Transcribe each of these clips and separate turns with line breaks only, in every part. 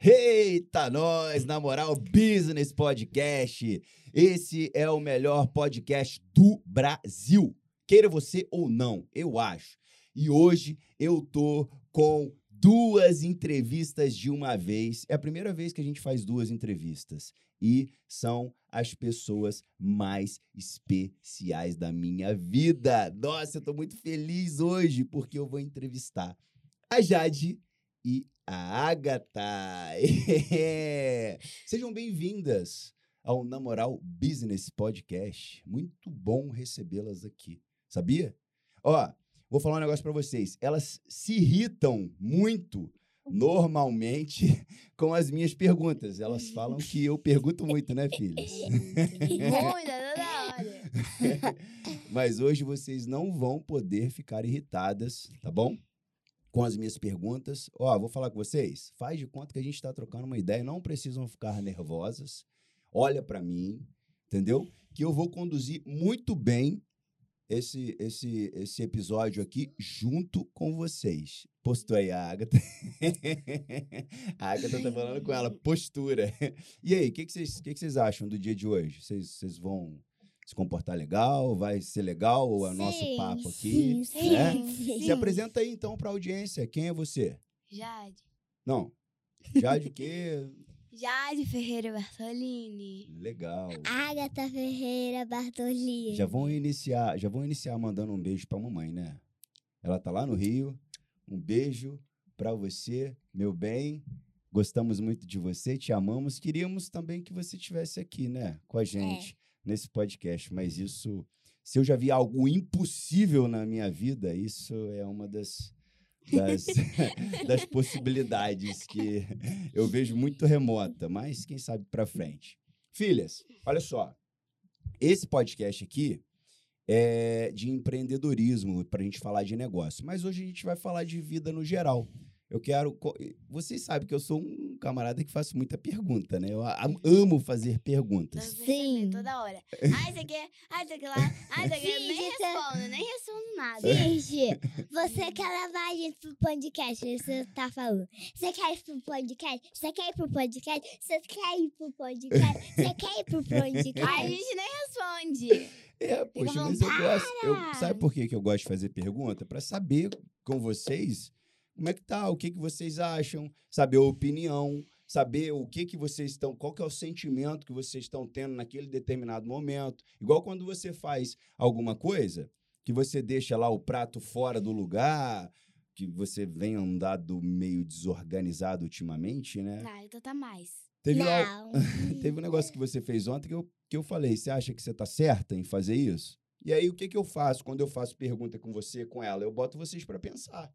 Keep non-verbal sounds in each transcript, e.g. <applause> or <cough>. Eita, nós, na moral, Business Podcast. Esse é o melhor podcast do Brasil. Queira você ou não, eu acho. E hoje eu tô com duas entrevistas de uma vez. É a primeira vez que a gente faz duas entrevistas. E são as pessoas mais especiais da minha vida. Nossa, eu tô muito feliz hoje porque eu vou entrevistar a Jade e a Agatha. É. Sejam bem-vindas ao Na Moral Business Podcast. Muito bom recebê-las aqui. Sabia? Ó, vou falar um negócio pra vocês. Elas se irritam muito normalmente <laughs> com as minhas perguntas. Elas falam que eu pergunto muito, né, filhas?
<laughs>
É.
Muda toda hora.
Mas hoje vocês não vão poder ficar irritadas, tá bom? Com as minhas perguntas. Ó, vou falar com vocês. Faz de conta que a gente está trocando uma ideia. Não precisam ficar nervosas. Olha para mim, entendeu? Que eu vou conduzir muito bem esse, esse, esse episódio aqui junto com vocês. Postou aí a Agatha. <laughs> a Agatha tá falando com ela. Postura. E aí, o que, que, vocês, que, que vocês acham do dia de hoje? Vocês, vocês vão se comportar legal? Vai ser legal o nosso
Sim,
papo aqui?
Sim, sim,
né?
sim.
Se apresenta aí então pra audiência. Quem é você?
Jade.
Não. Jade o quê?
Jade Ferreira Bartolini.
Legal.
Agatha Ferreira Bartolini.
Já vão iniciar, já vão iniciar mandando um beijo pra mamãe, né? Ela tá lá no Rio. Um beijo pra você, meu bem. Gostamos muito de você, te amamos. Queríamos também que você estivesse aqui, né, com a gente nesse podcast, mas isso se eu já vi algo impossível na minha vida, isso é uma das das, <laughs> das possibilidades que eu vejo muito remota, mas quem sabe pra frente. Filhas, olha só. Esse podcast aqui é de empreendedorismo, pra gente falar de negócio, mas hoje a gente vai falar de vida no geral. Eu quero. co- Vocês sabem que eu sou um camarada que faço muita pergunta, né? Eu a- amo fazer
Tá
perguntas.
percebendo
Sim.
toda
<laughs>
hora. Ai, isso aqui, é- ai, isso aqui lá, ai, isso aqui. é- Nem
Sim, gente, é-
respondo, nem respondo
É.
nada.
<laughs>
Virgem, você quer levar a gente pro podcast, você tá falando. Você quer ir pro podcast? Você quer ir pro podcast? Você quer ir pro podcast?
<laughs>
Você quer ir pro
Ai, a
podcast?
gente nem responde.
É, poxa,
falando,
mas eu gosto. Eu,
"Para!"
sabe por que que eu gosto de fazer pergunta? Pra saber com vocês como é que tá, o que, que vocês acham, saber a opinião, saber o que, que vocês estão, qual que é o sentimento que vocês estão tendo naquele determinado momento. Igual quando você faz alguma coisa, que você deixa lá o prato fora do lugar, que você vem andado meio desorganizado ultimamente, né?
Não, então tá mais.
Teve lá-
Não.
Teve um negócio que você fez ontem que eu, que eu falei, você acha que você tá certa em fazer isso? E aí, o que, que eu faço quando eu faço pergunta com você, com ela? Eu boto vocês pra pensar.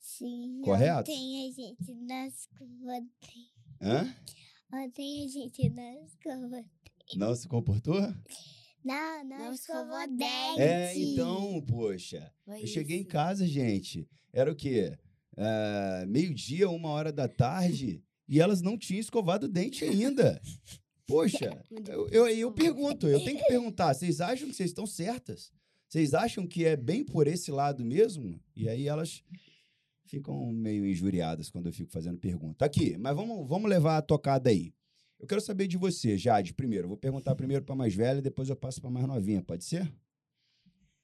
Sim.
Correto?
Ontem a gente nas ontem,
Hã?
ontem a gente não escovou.
Não se comportou?
Não, não,
Não escovou
escovou
dente.
É,
dente.
então, poxa.
Foi
É
Eu cheguei em
isso.
casa, gente. Era o quê? Ah, Meio-dia, uma hora da tarde. E elas não tinham escovado o dente ainda. Poxa,
Muito
eu,
bem,
eu, eu
escovado.
pergunto, eu tenho que perguntar. Vocês acham que vocês estão certas? Vocês acham que é bem por esse lado mesmo? E aí elas ficam meio injuriadas quando eu fico fazendo pergunta. Aqui, mas vamos, vamos levar a tocada aí. Eu quero saber de você, Jade, primeiro. Eu Vou perguntar primeiro para mais velha, depois eu passo para mais novinha, pode ser?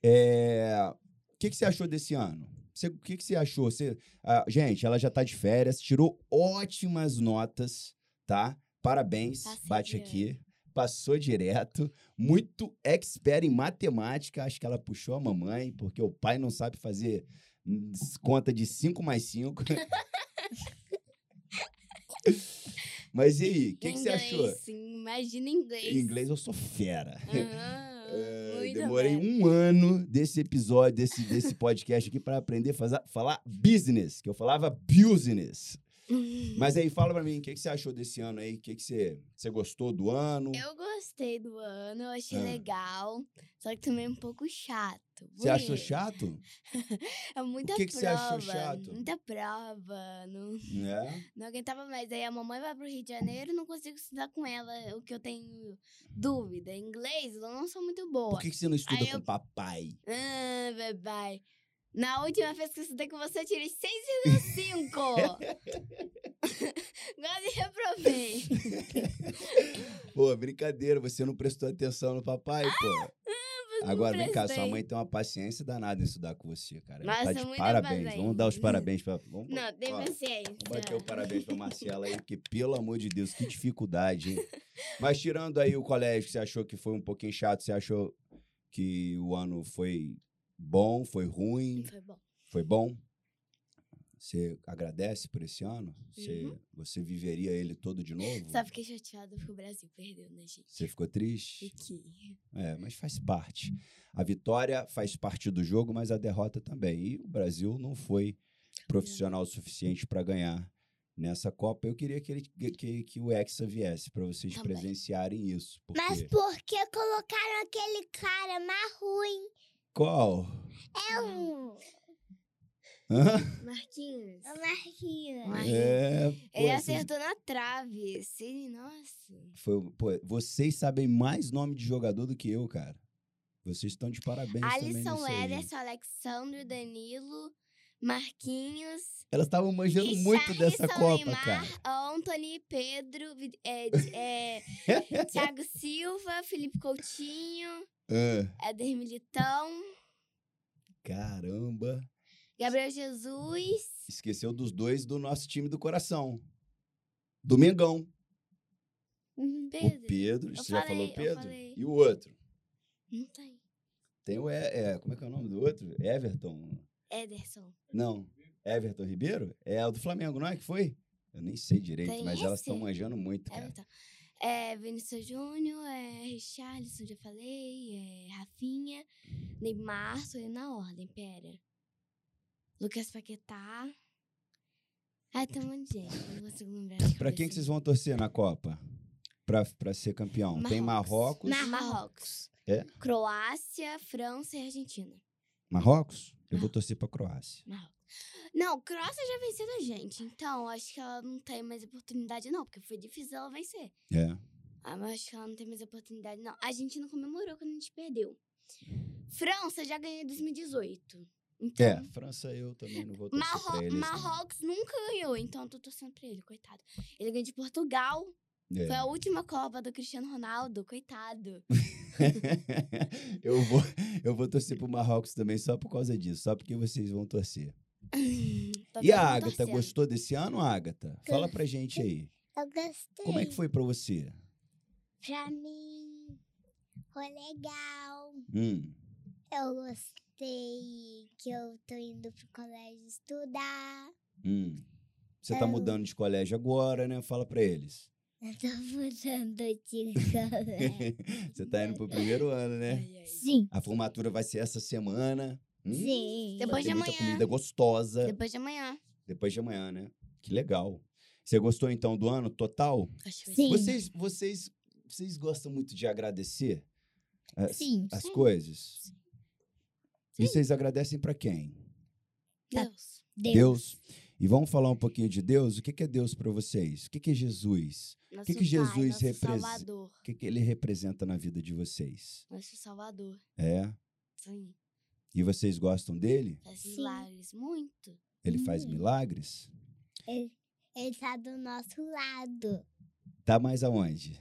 É, O que, que você achou desse ano? Você- O que, que você achou? Você... ah, gente, ela já tá de férias, tirou ótimas notas, tá? Parabéns,
Passei
bate
direto.
aqui. Passou direto, muito expert em matemática. Acho que ela puxou a mamãe, porque o pai não sabe fazer hum, conta de 5 mais 5. Mas e aí, o que, que você
Inglês,
achou?
Sim, imagina inglês.
Em inglês eu sou fera.
Aham,
<laughs> É,
muito
demorei
bem.
um ano desse episódio, desse, desse podcast aqui, pra aprender a faza- falar business, que eu falava business. Mas aí, fala pra mim, o que, que você achou desse ano aí? O que, que você, você gostou do ano?
Eu gostei do ano, eu achei
Ah.
legal. Só que também um pouco chato.
Você achou
bonito.
chato?
É muita
que que você
prova.
achou chato?
Muita prova. Não,
né?
não aguentava mais. Aí a mamãe vai pro Rio de Janeiro e não consigo estudar com ela. O que eu tenho dúvida. Em inglês, eu não sou muito boa.
Por que, que você não estuda
Aí
com
eu-
papai?
Ah, bebê.
<laughs>
Na última vez que eu estudei com você, eu tirei 6,5.
bem.
Pô, brincadeira, você não prestou atenção no papai, pô.
não
Agora, vem cá,
prestei.
sua mãe tem uma paciência danada em estudar com você, cara. Ela
Nossa,
tá de
muita
parabéns.
paciência.
Vamos dar os parabéns pra. Vamos
Não, tem
Ó,
paciência.
Bater o parabéns pra Marcela aí, porque, pelo amor de Deus, que dificuldade, hein? Mas tirando aí o colégio, que você achou que foi um pouquinho chato, você achou que o ano foi bom, foi ruim,
Foi bom.
foi bom? Você agradece por esse ano? Você, você viveria ele todo de novo?
Só fiquei chateada porque o Brasil perdeu, né, gente?
Você ficou triste?
Fiquei.
É, mas faz parte. A vitória faz parte do jogo, mas a derrota também. E o Brasil não foi profissional o suficiente para ganhar nessa Copa. Eu queria que, ele, que, que o Hexa viesse para vocês
Também.
presenciarem isso. Porque...
Mas por que colocaram aquele cara mais ruim?
Qual?
É um.
Hum. Hã?
Marquinhos.
O Marquinhos.
Ai,
É, pô,
Ele
vocês-
acertou na trave. Sim, nossa.
foi- pô, vocês sabem mais nome de jogador do que eu, cara. Vocês estão de parabéns também
Alisson
nisso aí.
Ederson, Alexandre, Danilo, Marquinhos.
Elas estavam manjando muito dessa
Richarlison,
Copa,
Neymar,
cara. <laughs>
Anthony, Pedro, Vi- é, Di- é, Thiago Silva, Felipe Coutinho,
Ah,
Éder Militão,
caramba.
Gabriel Jesus.
Esqueceu dos dois do nosso time do coração. Do Mengão.
Pedro.
O Pedro,
Eu
você já falou
falei, eu
Pedro?
falei.
E o outro?
Não tá tem.
Tem o. É, é, como é que é o nome do outro? Everton?
Ederson.
Não. Everton Ribeiro? É o do Flamengo, não é que foi? Eu nem sei direito,
Tem
mas elas
esse?
estão manjando muito, cara.
Everton. É, Vinícius Júnior, é Richarlison, já falei, é Rafinha, Neymar, sou eu na ordem, pera. Lucas Paquetá. Ah, tem um monte de gente, não consigo lembrar. de
Pra
cabeça.
quem que vocês vão torcer na Copa? Pra, pra ser campeão? Tem Marrocos.
Marrocos.
É?
Croácia, França e Argentina.
Marrocos? Eu vou
Marrocos.
torcer pra Croácia.
Marrocos. Não, Croácia já venceu a gente, então acho que ela não tem mais oportunidade, não, porque foi difícil ela vencer.
É.
Ah, mas acho que ela não tem mais oportunidade, não. A gente não comemorou quando a gente perdeu. França já ganhou em 2018. Então,
É, França eu também não vou torcer
Marro-
pra eles. né? não.
Marrocos nunca ganhou, então eu tô torcendo pra ele, coitado. Ele ganhou de Portugal.
É.
Foi a última Copa do Cristiano Ronaldo, coitado.
<laughs> eu, vou, eu vou torcer pro Marrocos também só por causa disso, só porque vocês vão torcer.
Tá
E a
todo mundo
Agatha,
torcendo.
gostou desse ano, Agatha? Fala pra gente aí.
Eu gostei.
Como é que foi pra você?
Pra mim, foi legal.
Hum,
Eu gostei que eu tô indo pro colégio estudar. <laughs>
hum. Você tá
Eu-
mudando de colégio agora, né? Fala pra eles.
Eu tô mudando de colégio.
<laughs> Você tá indo pro primeiro ano, né?
Ai, ai.
Sim.
A formatura vai ser essa semana. Hum,
Sim.
Vai
Depois
ter
de
muita
amanhã.
comida gostosa.
Depois de amanhã.
Depois de amanhã, né? Que legal. Você gostou então do ano total?
Acho que vai
Sim.
Vocês, vocês, vocês gostam muito de agradecer? As-
Sim.
as
Sim.
coisas? E vocês agradecem pra quem? Tá.
ser Deus.
Deus. E vamos falar um pouquinho de Deus? O que que é Deus pra vocês? O que que é Jesus?
Nosso
que
Pai,
Jesus
nosso
represe-
Salvador.
O que que ele representa na vida de vocês?
Nosso Salvador.
É?
Sim.
E vocês gostam dele?
Faz
Sim.
milagres. Muito.
Ele faz
Hum.
milagres?
Ele tá do nosso lado,
Tá mais aonde?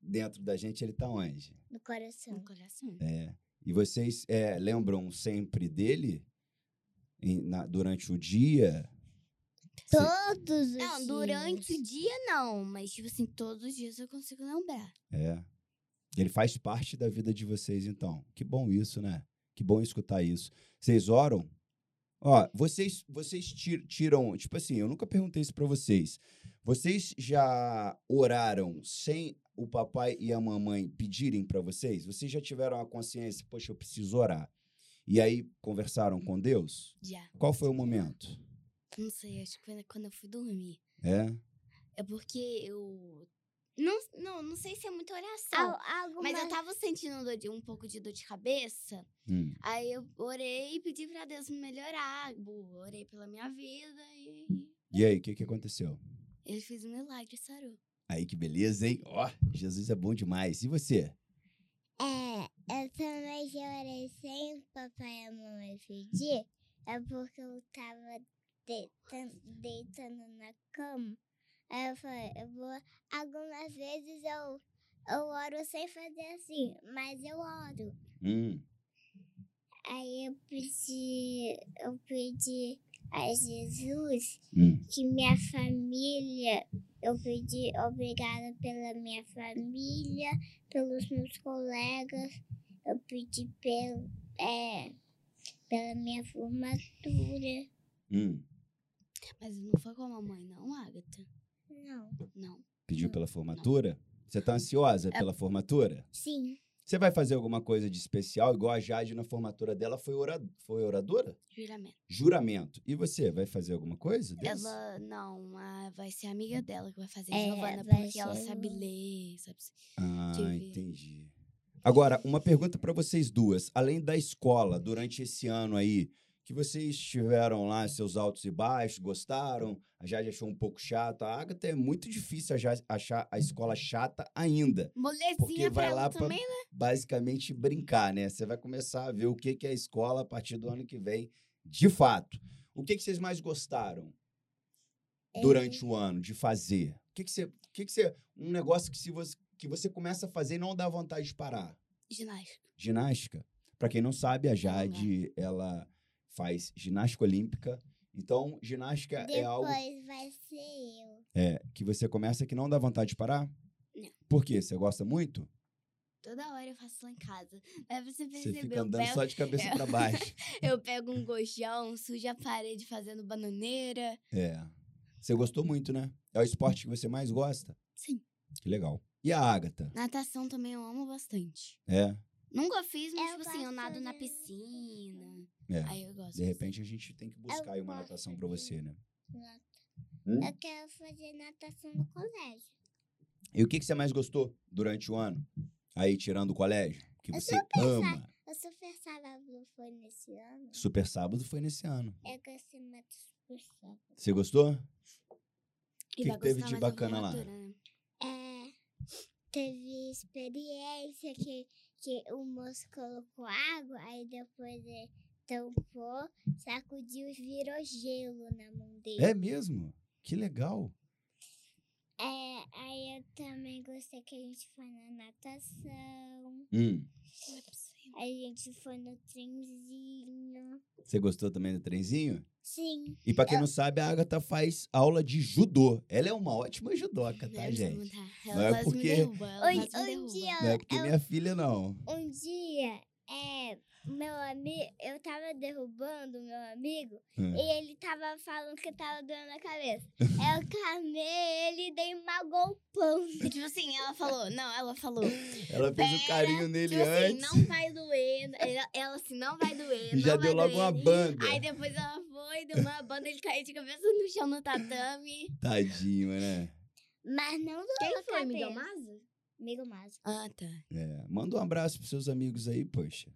Dentro da gente ele tá onde?
no
No
coração.
coração.
É. E vocês é, lembram sempre dele? Em- na- durante o dia? Cê-
Todos os
Não,
dias.
durante o dia não. Mas, tipo assim, todos os dias eu consigo lembrar.
É. Ele faz parte da vida de vocês, então. Que bom isso, né? Que bom escutar isso. Vocês oram? Ó, vocês, vocês ti- tiram. Tipo assim, eu nunca perguntei isso pra vocês. Vocês já oraram sem o papai e a mamãe pedirem pra vocês? Vocês já tiveram a consciência, poxa, eu preciso orar. E aí conversaram com Deus?
Já.
Qual foi o momento?
Não sei, acho que foi quando eu fui dormir.
É?
É porque eu. Não, não, não sei se é muita oração.
Al alguma...
mas eu tava sentindo dor de- um pouco de dor de cabeça.
Hum.
Aí eu orei e pedi pra Deus me melhorar. bo- Orei pela minha vida e
E aí, o que, que aconteceu?
ele fez um milagre, sarou.
Aí que beleza, hein? Ó, Jesus é bom demais. E você?
É, eu também chorei sem o papai e a mamãe pedir. É porque eu tava deitando, deitando na cama. Aí eu falei, eu vou. Algumas vezes eu, eu oro sem fazer assim, mas eu oro.
Hum.
Aí eu pedi, eu pedi a Jesus
Hum.
que minha família, eu pedi obrigada pela minha família, pelos meus colegas, eu pedi pelo, é, pela minha formatura.
Hum.
Mas não foi com a mamãe, não, Agatha?
Não.
Uhum. Não. É
Pediu pela formatura? Você tá ansiosa pela formatura?
Sim,
Você vai fazer alguma coisa de especial, igual a Jade na formatura dela foi, ora... foi oradora?
Juramento.
Juramento. E você, vai fazer alguma coisa? dessas?
Ela, não, a- vai ser a amiga dela que vai fazer,
É,
Giovana,
vai
porque ela
ser
sabe
o-
ler, sabe? assim. se- Deixa eu
Ah,
ver.
entendi. Agora, uma pergunta para vocês duas. Além da escola, durante esse ano aí, que vocês tiveram lá seus altos e baixos, gostaram? A Jade achou um pouco chato. A Agatha é muito difícil a Jade achar a escola chata ainda. Porque
Molezinha pra
vai
ela
lá pra
também, né?
basicamente brincar, né? Você vai começar a ver o que que é a escola a partir do ano que vem, de fato. O que que vocês mais gostaram
É.
durante o ano de fazer? O que que você, o que que você, um negócio que se você que você começa a fazer e não dá vontade de parar?
é Ginástica.
Ginástica. Pra quem não sabe, a Jade, ela faz ginástica olímpica. Então, ginástica
depois
é algo
vai ser eu.
é, que você começa que não dá vontade de parar?
Não.
Por quê? Você gosta muito?
Toda hora eu faço lá em casa. Mas pra você
Você
perceber,
fica
eu
andando
pego,
só de cabeça
É.
pra
<laughs>
baixo.
eu pego um gojão, sujo a parede fazendo bananeira.
É. Você gostou muito, né? É o esporte que você mais gosta?
Sim.
Que legal. E a Ágata?
Natação também eu amo bastante.
É.
Nunca fiz, mas,
Eu
tipo assim, eu
gosto
nado na
de-
piscina.
É.
Aí eu gosto.
De repente a gente tem que buscar aí uma
gosto
natação
de-
pra você, né?
Eu quero fazer natação no colégio.
E o que, que você mais gostou durante o ano? Aí, tirando o colégio? Que
Eu
você
super
ama.
Eu super sábado foi nesse ano. É
Super Sábado foi nesse ano.
Eu gostei muito de super sábado.
Você gostou?
E
que
vai
que teve
gostar
de
mais da
bacana lá?
formatura, né?
É, teve experiência que, que o moço colocou água, aí depois ele tampou, sacudiu e virou gelo na mão dele.
É mesmo? Que legal.
É, aí eu também gostei que a gente foi na natação,
Hum.
Não é possível.
a gente foi no trenzinho.
Você gostou também do trenzinho?
Sim,
E pra quem não sabe, a Agatha faz aula de judô. Ela é uma ótima judoca, tá,
Deve
gente?
desmontar.
Não é
Ela quase me
porque-
derruba. Ela quase
um,
me
um
derruba.
dia,
Não é porque
eu-
minha filha, não.
Um dia, é, meu amigo, eu tava derrubando meu amigo
Hum.
e ele tava falando que tava doendo a cabeça. eu camei ele e dei uma golpão.
Tipo assim, ela falou, não, ela falou.
Ela fez o
Pera,
carinho nele
Tipo assim,
antes.
não vai doer. Ela, ela assim, não vai doer.
E já
não
deu
vai
logo uma
doer.
banda.
Aí depois ela foi, deu uma banda, ele caiu de cabeça no chão no tatame.
Tadinho, né?
Mas não doeu a cabeça.
Maza?
Amigo Mazo.
Ah, tá.
É, manda um abraço pros seus amigos aí, poxa.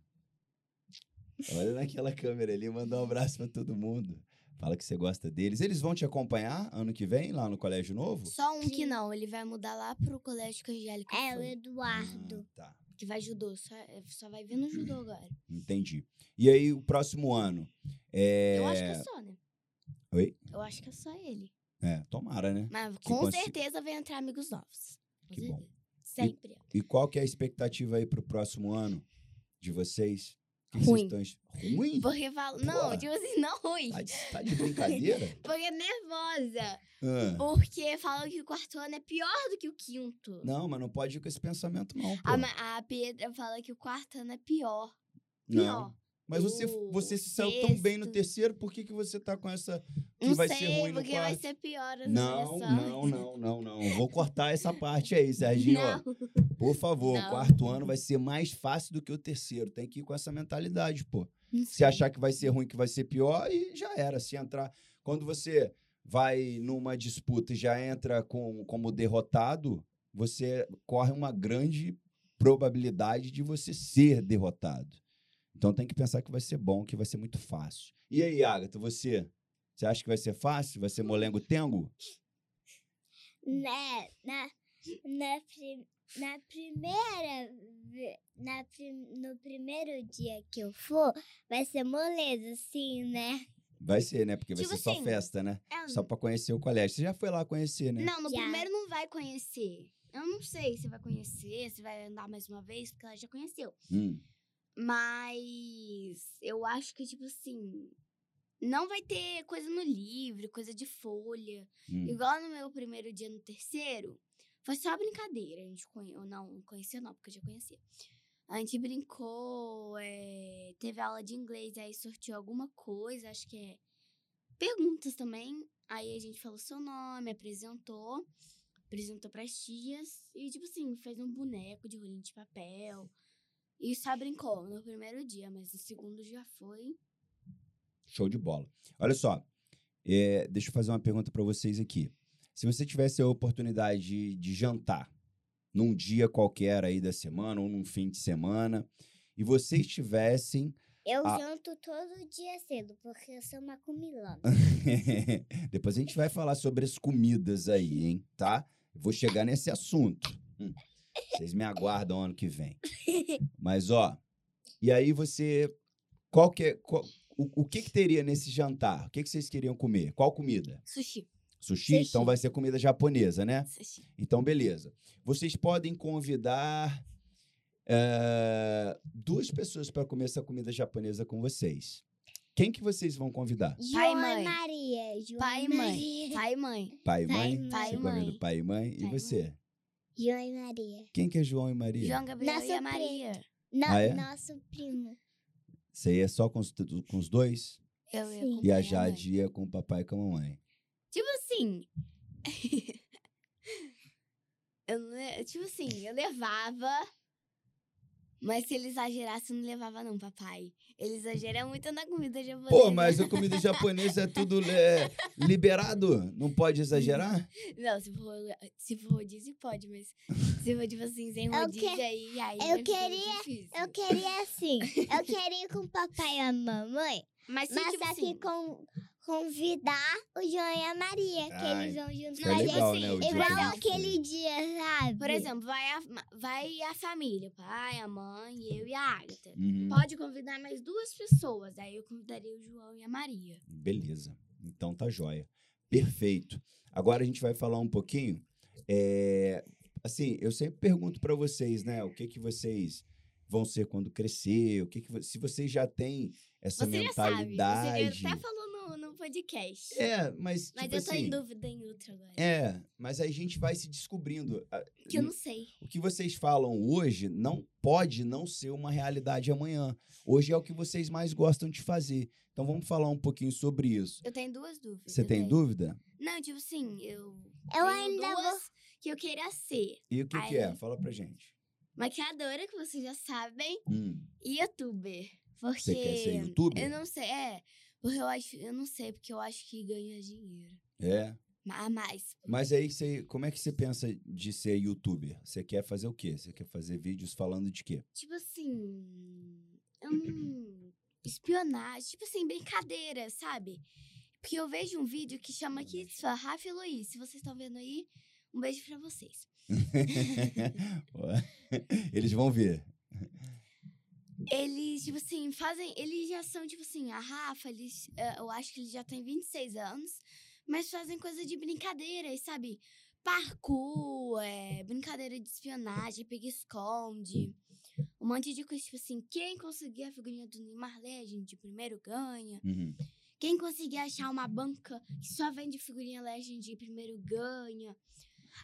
Olha naquela câmera ali, manda um abraço pra todo mundo. Fala que você gosta deles. Eles vão te acompanhar ano que vem, lá no Colégio Novo?
Só um que não, ele vai mudar lá pro colégio que a Angélica
É, o
foi,
Eduardo.
Ah, tá,
que vai judô. Só, é, só vai vir no judô agora.
entendi. E aí, o próximo ano? É...
Eu acho que é só, né?
Oi?
Eu acho que é só ele.
É, tomara, né?
Mas com
consi-
certeza vai entrar amigos novos. Com
Que bom.
certeza. Sempre.
E qual que é a expectativa aí pro próximo ano de vocês? O que
Ruim.
Vocês estão... Ruim?
Porque fala. Não,
Porra.
tipo assim, não ruim.
Tá de, tá de brincadeira?
<laughs> Porque é nervosa.
Ah.
Porque falam que o quarto ano é pior do que o quinto.
Não, mas não pode ir com esse pensamento, não. Pô.
A, ma- a Pedra fala que o quarto ano é pior.
não.
Pior.
Mas você,
O
você se saiu tão bem no
sexto.
terceiro, por que, que você tá com essa. Que
não
vai
sei,
ser ruim no
porque vai
quarto?
ser pior as
Não,
avaliações.
não, não, não, não. Vou cortar essa parte aí, Serginho. ó.
Não.
Por favor, o
Não.
quarto ano vai ser mais fácil do que o terceiro. Tem que ir com essa mentalidade, pô.
Não
Se achar que vai ser ruim, que vai ser pior, e já era. Se entrar. Quando você vai numa disputa e já entra com, como derrotado, você corre uma grande probabilidade de você ser derrotado. Então tem que pensar que vai ser bom, que vai ser muito fácil. E aí, Agatha, você? Você acha que vai ser fácil? Vai ser molengo-tengo?
Né, na, na, pri- na primeira. ve- Na, prim- no primeiro dia que eu for, vai ser moleza, sim, né?
Vai ser, né? Porque vai
Tipo
ser só
assim,
festa, né?
É,
Só pra conhecer o colégio. Você já foi lá conhecer, né?
Não, no
Já.
primeiro não vai conhecer. Eu não sei se vai conhecer, se vai andar mais uma vez, porque ela já conheceu.
Hum.
Mas eu acho que, tipo assim, não vai ter coisa no livro, coisa de folha.
hum.
Igual no meu primeiro dia, no terceiro, foi só brincadeira. A gente conhe... Eu não conhecia, não, porque eu já conhecia. A gente brincou, é, teve aula de inglês, aí sorteou alguma coisa, acho que é perguntas também. Aí a gente falou seu nome, apresentou, apresentou pras tias e, tipo assim, fez um boneco de rolinho de papel. E só brincou no primeiro dia, mas no segundo já foi.
Show de bola. Olha só, é, deixa eu fazer uma pergunta pra vocês aqui. Se você tivesse a oportunidade de, de jantar num dia qualquer aí da semana ou num fim de semana, e vocês tivessem. <laughs>
Eu
Ah.
janto todo dia cedo, porque eu sou uma comilona.
Depois a gente vai falar sobre as comidas aí, hein? Tá? Vou chegar nesse assunto. Hum. Vocês me aguardam ano que vem. Mas, ó, e aí você. Qual que é. qual- o, o que, que teria nesse jantar? O que, que vocês queriam comer? Qual comida?
Sushi.
Sushi,
Sushi.
então vai ser comida japonesa, né?
Sushi.
Então, beleza. Vocês podem convidar eh, duas pessoas para comer essa comida japonesa com vocês. Quem que vocês vão convidar?
Pai e
João
mãe.
Maria. João
Pai e
e
mãe.
Maria.
Pai e mãe.
Pai e
Pai e
mãe?
mãe.
Você convida o pai e mãe?
Pai e
E você?
João e Maria.
Quem que é João e Maria?
João Gabriel e a
Nossa,
Maria.
No-
Ah, é?
Nosso primo.
Você ia só com os, tu- com os dois?
Eu ia
Sim.
acompanhar
E a
mãe.
Jade ia com o papai e com a mamãe.
Tipo assim. <laughs> eu não le- tipo assim, eu levava. Mas se ele exagerasse, eu não levava, não, papai. Ele exagera muito na comida japonesa.
Pô, mas a comida japonesa é tudo é, liberado? Não pode exagerar?
Não, se for, se for rodízio, pode, mas se for, tipo assim, sem
que-
rodízio, aí, aí
eu
vai ficar muito
queria-
difícil.
Eu queria assim. Eu queria ir com o papai e
<laughs>
a mamãe,
Mas, se,
mas
tipo
só
assim,
que com, convidar o João e a Maria, que
Ai,
eles vão
Foi
junto com a gente.
Ah, legal,
assim,
né? O dia que a
Igual
gente foi.
aquele dia, sabe?
por exemplo, vai a, vai a família, o pai, a mãe, eu e a Agatha.
Uhum.
Pode convidar mais duas pessoas, aí eu convidaria o João e a Maria.
Beleza. Então tá joia. Perfeito. Agora a gente vai falar um pouquinho. é, assim, eu sempre pergunto pra vocês, né? O que que vocês vão ser quando crescer? O que que vo- se vocês já têm essa
Você já sabe,
mentalidade?
você já até falou no, no podcast.
É, mas
mas
tipo
eu tô
assim,
em dúvida em outro agora.
é, mas a gente vai se descobrindo. A-
Que eu não sei.
O que vocês falam hoje não pode não ser uma realidade amanhã. Hoje é o que vocês mais gostam de fazer. Então vamos falar um pouquinho sobre isso.
Eu tenho duas dúvidas.
Você
eu
tem
tenho-
dúvida?
Não, tipo assim, eu.
Eu
tenho
ainda vou.
duas Que eu queria ser
E o que, que
Ai.
é? Fala pra gente.
maquiadora, que vocês já sabem,
Hum.
e youtuber. Porque.
Você quer ser youtuber?
Eu não sei, é. Porque eu acho. Eu não sei, porque eu acho que ganha dinheiro.
É.
Ma- A mais.
Mas aí, você, como é que você pensa de ser youtuber? Você quer fazer o quê? Você quer fazer vídeos falando de quê? <laughs>
Tipo assim. Eu não. Espionagem, tipo assim, brincadeira, sabe? Porque eu vejo um vídeo que chama aqui Rafa e Luiz. Se vocês estão vendo aí, um beijo pra vocês.
Eles vão ver.
Eles, tipo assim, fazem. Eles já são, tipo assim, a Rafa, eles, eh, eu acho que ele já tem 26 anos, mas fazem coisa de brincadeira, e sabe? Parkour, eh, brincadeira de espionagem, pega-esconde. Um monte de coisa, tipo assim, quem conseguir a figurinha do Neymar Legend primeiro ganha.
Uhum.
Quem conseguir achar uma banca que só vende figurinha Legend primeiro ganha.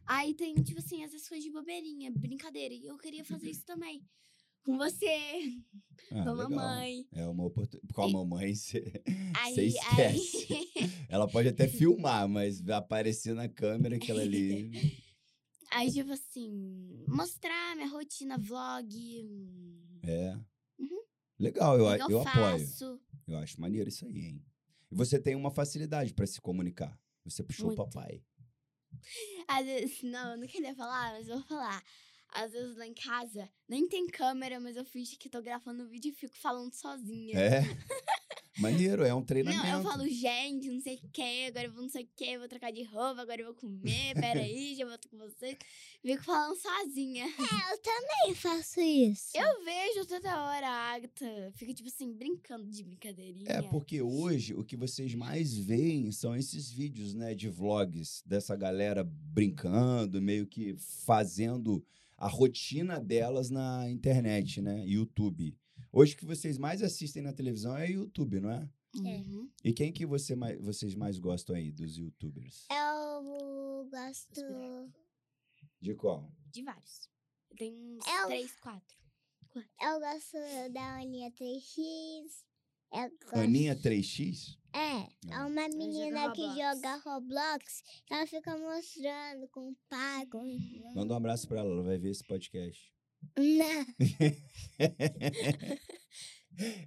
Aí tem, tipo assim, essas coisas de bobeirinha, brincadeira. E eu queria fazer isso também. Com você,
Ah,
com a
legal.
mamãe.
É uma oportunidade. Com a
E-
mamãe, você
Aí,
esquece.
Aí,
Ela pode até filmar, mas vai aparecer na câmera aquela
<laughs>
ali.
<laughs> aí, tipo assim, mostrar minha rotina, vlog. hum,
É.
Uhum.
Legal, eu,
o
a-
que eu,
eu apoio.
faço.
Eu acho maneiro isso aí, hein? E você tem uma facilidade pra se comunicar. Você puxou
Muito.
o papai.
Às vezes, <laughs> não, eu não queria falar, mas eu vou falar. Às vezes lá em casa, nem tem câmera, mas eu finge que tô gravando o vídeo e fico falando sozinha.
É? <laughs> Maneiro, é um treinamento.
Não, eu falo, gente, não sei o que, agora eu vou não sei o que, vou trocar de roupa, agora eu vou comer, peraí, já volto com vocês. Fico falando sozinha.
É, Eu também faço isso.
Eu vejo toda hora a Agatha, fica tipo assim, brincando de brincadeirinha.
É, porque hoje o que vocês mais veem são esses vídeos, né, de vlogs dessa galera brincando, meio que fazendo a rotina delas na internet, né, YouTube. Hoje o que vocês mais assistem na televisão é YouTube, não é?
Uhum.
E quem que você mais- vocês mais gostam aí dos YouTubers?
Eu gosto.
De qual?
De vários. Tem uns
Ela-
três, quatro.
Eu gosto da Aninha 3x. Eu
É,
gosto.
Aninha 3x?
É, é
Ah.
uma menina que
Roblox.
joga Roblox. que Ela fica mostrando com o pai, com.
Manda
Hum.
um abraço pra ela, ela vai ver esse podcast.
Não,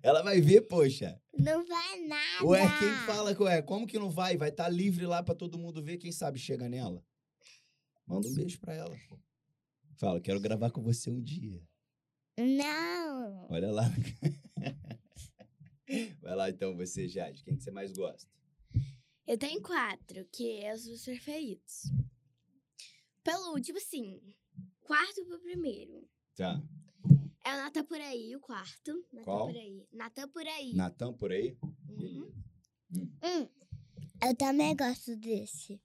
Ela vai ver, poxa.
não vai nada.
Ué, quem fala que ué, como que não vai? Vai estar livre lá pra todo mundo ver, quem sabe chega nela. Manda um beijo pra ela. pô. Fala, quero gravar com você um dia.
Não.
Olha lá. <laughs> Vai lá então você, Jade. Quem que você mais gosta?
Eu tenho quatro, que é os meus preferidos. Pelo, tipo assim, quarto pro primeiro.
Tá.
É o Natan por aí, o quarto. Natan
Qual?
por aí. Natan por aí.
Natan por aí?
Uhum.
Hum, eu também gosto desse.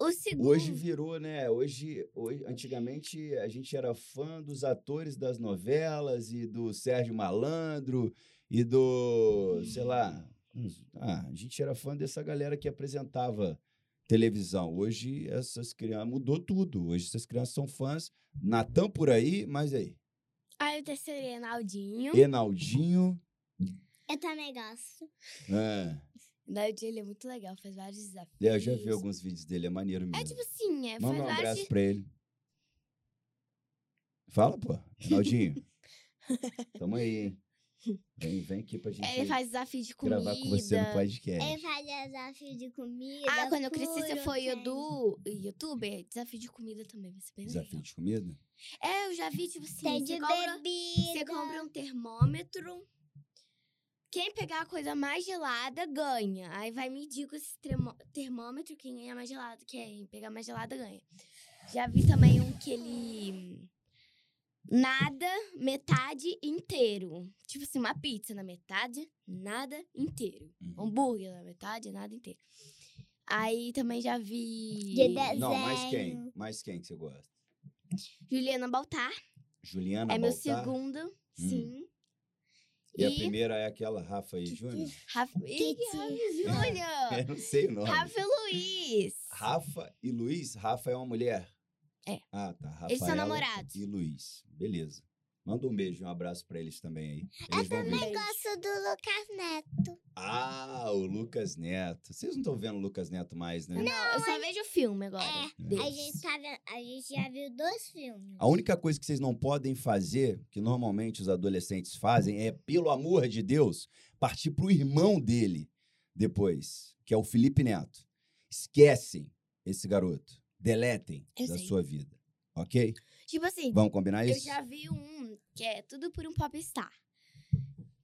O segundo.
Hoje virou, né? Hoje, hoje, antigamente a gente era fã dos atores das novelas e do Sérgio Malandro e do, sei lá, uns- ah, a gente era fã dessa galera que apresentava televisão. Hoje essas crianças mudou tudo. Hoje essas crianças são fãs Natan por aí, mas aí,
Aí o terceiro é Naldinho.
Enaldinho,
Eu também gosto.
ah,
O Naldinho ele é muito legal, faz vários desafios.
eu já vi alguns vídeos dele, é maneiro
É
mesmo.
tipo assim, é, faz
Manda um
vários.
abraço pra ele. Fala, pô.
<laughs>
Ronaldinho. Tamo aí, hein? Vem, vem aqui pra gente
é, Ele faz desafio de comida.
gravar com você no
Ele
podcast.
faz desafio de comida.
É. Ah, quando eu cresci, você
puro,
foi
queijo.
yodu- youtuber? Desafio de comida também, vai ser bem
Desafio
legal.
de comida?
É, eu já vi, tipo assim,
Tem
você
de
compra,
bebida.
você compra um termômetro. Quem pegar a coisa mais gelada, ganha. Aí vai medir com esse termo- termômetro quem ganha mais gelado. Quem pegar mais gelada, ganha. Já vi também um que ele... hum, Nada, metade, inteiro. Tipo assim, uma pizza na metade, nada, inteiro. Hambúrguer na metade, nada inteiro. Aí também já vi
De dez-
Não, mas
Zero.
quem? Mais quem que você gosta?
Juliana Baltar.
Juliana
é meu
Baltar?
segundo, sim.
E a
e-
primeira é aquela Rafa e Júnior?
Rafa... Ih,
Titi.
Rafa
<laughs>
Júnior!
Eu não sei o nome.
é? Rafa e Luiz!
Rafa e Luiz? Rafa é uma mulher?
É.
Ah, tá. Rafaela
Eles são namorados.
E Luiz. Beleza. Manda um beijo e um abraço pra eles também aí.
É
Eles vão ver.
Eu gosto do Lucas Neto.
Ah, o Lucas Neto. Vocês não estão vendo o Lucas Neto mais, né?
Eu só vejo o filme agora.
É,
deles.
A gente, tá vendo- a gente já viu dois filmes.
A única coisa que vocês não podem fazer, que normalmente os adolescentes fazem, é, pelo amor de Deus, partir pro irmão dele depois, que é o Felipe Neto. Esquecem esse garoto. Deletem
Eu
da
sei.
sua vida. Ok?
Tipo assim,
Vamos combinar
eu
isso?
já vi um que é Tudo por um Popstar.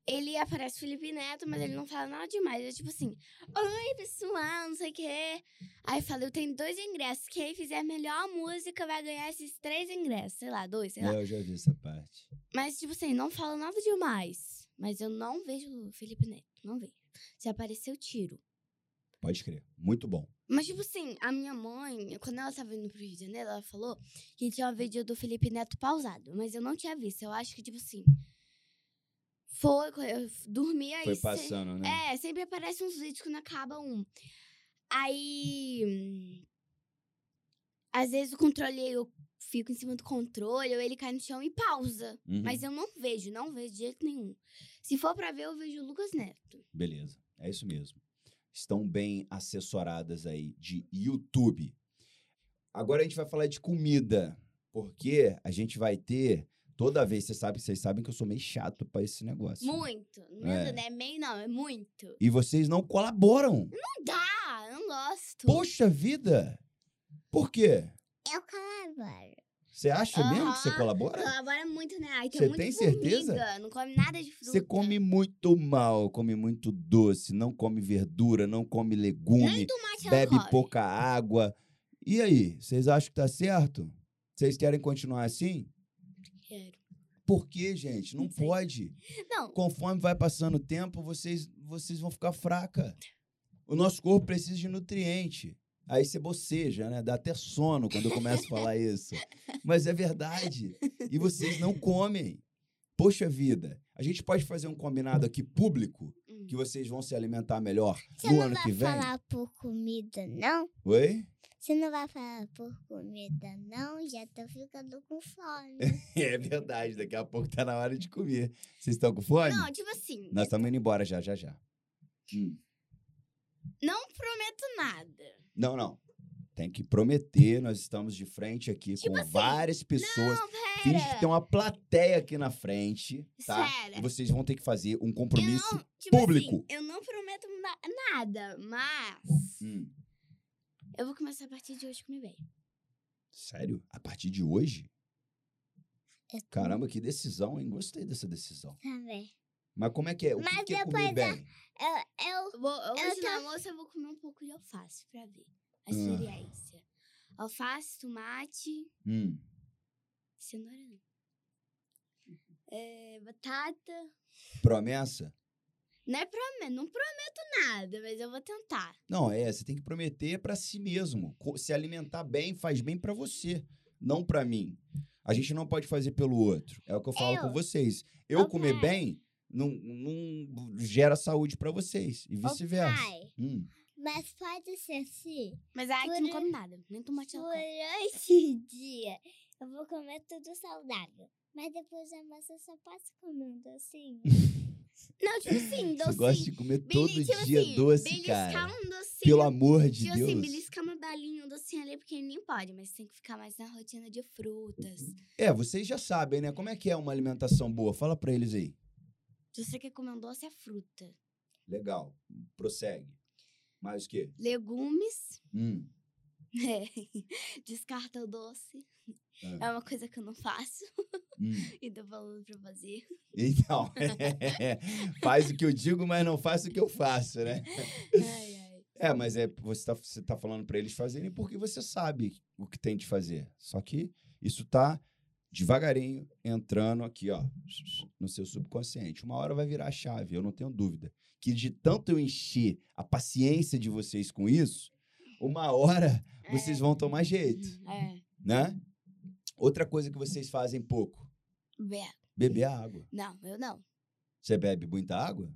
Ele aparece Felipe Neto, mas ele não fala nada demais. É tipo assim, oi pessoal, não sei o quê. Aí fala, eu tenho dois ingressos. Quem fizer a melhor música vai ganhar esses três ingressos. Sei lá, dois, sei lá.
É, eu já vi essa parte.
Mas, tipo assim, não fala nada demais. Mas eu não vejo o Felipe Neto, não vejo. Se apareceu, tiro.
Pode crer. Muito bom.
Mas, tipo assim, a minha mãe, quando ela tava indo pro Rio de Janeiro, ela falou que tinha um vídeo do Felipe Neto pausado. Mas eu não tinha visto. Eu acho que, tipo assim. Foi, quando eu dormi aí.
Foi
se-
passando, né?
É, sempre aparece uns vídeos que não acaba um. Aí. hum, Às vezes o controle, eu fico em cima do controle, ou ele cai no chão e pausa.
Uhum.
Mas eu não vejo, não vejo de jeito nenhum. Se for pra ver, eu vejo o Lucas Neto.
Beleza, é isso mesmo. Estão bem assessoradas aí de YouTube. Agora a gente vai falar de comida, porque a gente vai ter toda vez, vocês sabem, vocês sabem que eu sou meio chato pra esse negócio. né?
Muito. Não
É.
é, não é meio, não, é muito. Ah,
E vocês não colaboram.
Não dá, eu não gosto.
Poxa vida! Por quê?
Eu colaboro.
Você acha mesmo que você
Aham.
colabora?
Colabora muito, né? Aí tem
Cê
muito
tem
formiga,
certeza?
Não come nada de fruta.
Você come muito mal, come muito doce, não come verdura, não come legume,
Nem tomate ela
bebe
come.
pouca água. E aí, vocês acham que tá certo? Vocês querem continuar assim?
Quero.
Por quê, gente? Não
Não sei.
pode.
Não,
Conforme vai passando o tempo, vocês, vocês vão ficar fraca. O nosso corpo precisa de nutriente. Aí você boceja, né? Dá até sono quando eu começo a falar isso. Mas é verdade. E vocês não comem. Poxa vida, a gente pode fazer um combinado aqui público
Hum.
que vocês vão se alimentar melhor
Você
no
não
ano
vai
que vem?
falar por comida, não?
Oi?
Você não vai falar por comida, não? Já tô ficando com
<laughs>
fome.
É verdade, daqui a pouco tá na hora de comer. Vocês estão com fome?
não, tipo assim,
Nós estamos indo embora já, já, já. Hum.
não prometo nada.
Não, não. Tem que prometer, nós estamos de frente aqui
Tipo
com
assim,
várias pessoas.
Não, pera.
Finge que tem uma plateia aqui na frente, tá?
Sério.
E vocês vão ter que fazer um compromisso.
Eu não, é, tipo
público.
assim, eu não prometo na- nada, mas
Hum,
eu vou começar a partir de hoje a comer bem.
sério? A partir de hoje?
É
Eu tô
Caramba, que decisão, hein? Gostei dessa decisão.
Tá
também.
Mas como é que é? O que,
Mas
que é
depois
comer
da-
bem?
Eu, eu,
Eu Vou, eu
Eu
hoje
tô-
na almoço eu vou comer um pouco de alface pra ver
Ah.
a experiência. Alface, tomate,
Hum,
cenoura não. É, batata.
promessa?
Não, é prome- não prometo nada, mas eu vou tentar.
Não, é, você tem que prometer pra si mesmo. Co- Se alimentar bem faz bem pra você, não pra mim. A gente não pode fazer pelo outro. É o que eu falo
Eu-
com vocês. Eu
Ô,
comer
pai.
bem não, não gera saúde pra vocês e
Ô,
vice-versa.
pai,
Hum.
mas pode ser assim?
Mas a Ike
Por-
não come nada, nem tomate ela come.
Durante o dia, eu vou comer tudo saudável. Mas depois da massa, eu só posso comer um
<laughs>
docinho.
Não, tipo assim,
Você
docinho.
gosta de comer todo
Beli- tipo
dia
assim,
doce,
beliscar
cara.
um docinho.
Pelo amor de
tipo assim,
Deus.
beliscar uma balinha, um docinho ali, porque nem pode, mas tem que ficar mais na rotina de frutas.
É, vocês já sabem, né? Como é que é uma alimentação boa? Fala pra eles aí.
Se você quer comer um doce, é fruta.
Legal. Prossegue. Mais o quê?
Legumes,
Hum.
é, descarta o doce.
Ah.
É uma coisa que eu não faço
Hum.
<laughs> e tô falando pra fazer.
Então, <laughs> faz o que eu digo, mas não faça o que eu faço, né?
Ai, ai.
É, mas é, você tá, você tá falando pra eles fazerem porque você sabe o que tem de fazer. Só que isso tá devagarinho entrando aqui, ó, no seu subconsciente. Uma hora vai virar a chave, eu não tenho dúvida. Que de tanto eu encher a paciência de vocês com isso, uma hora vocês vão tomar jeito,
É.
né? Outra coisa que vocês fazem pouco,
Be-
beber água.
Não, eu não.
Você bebe muita água?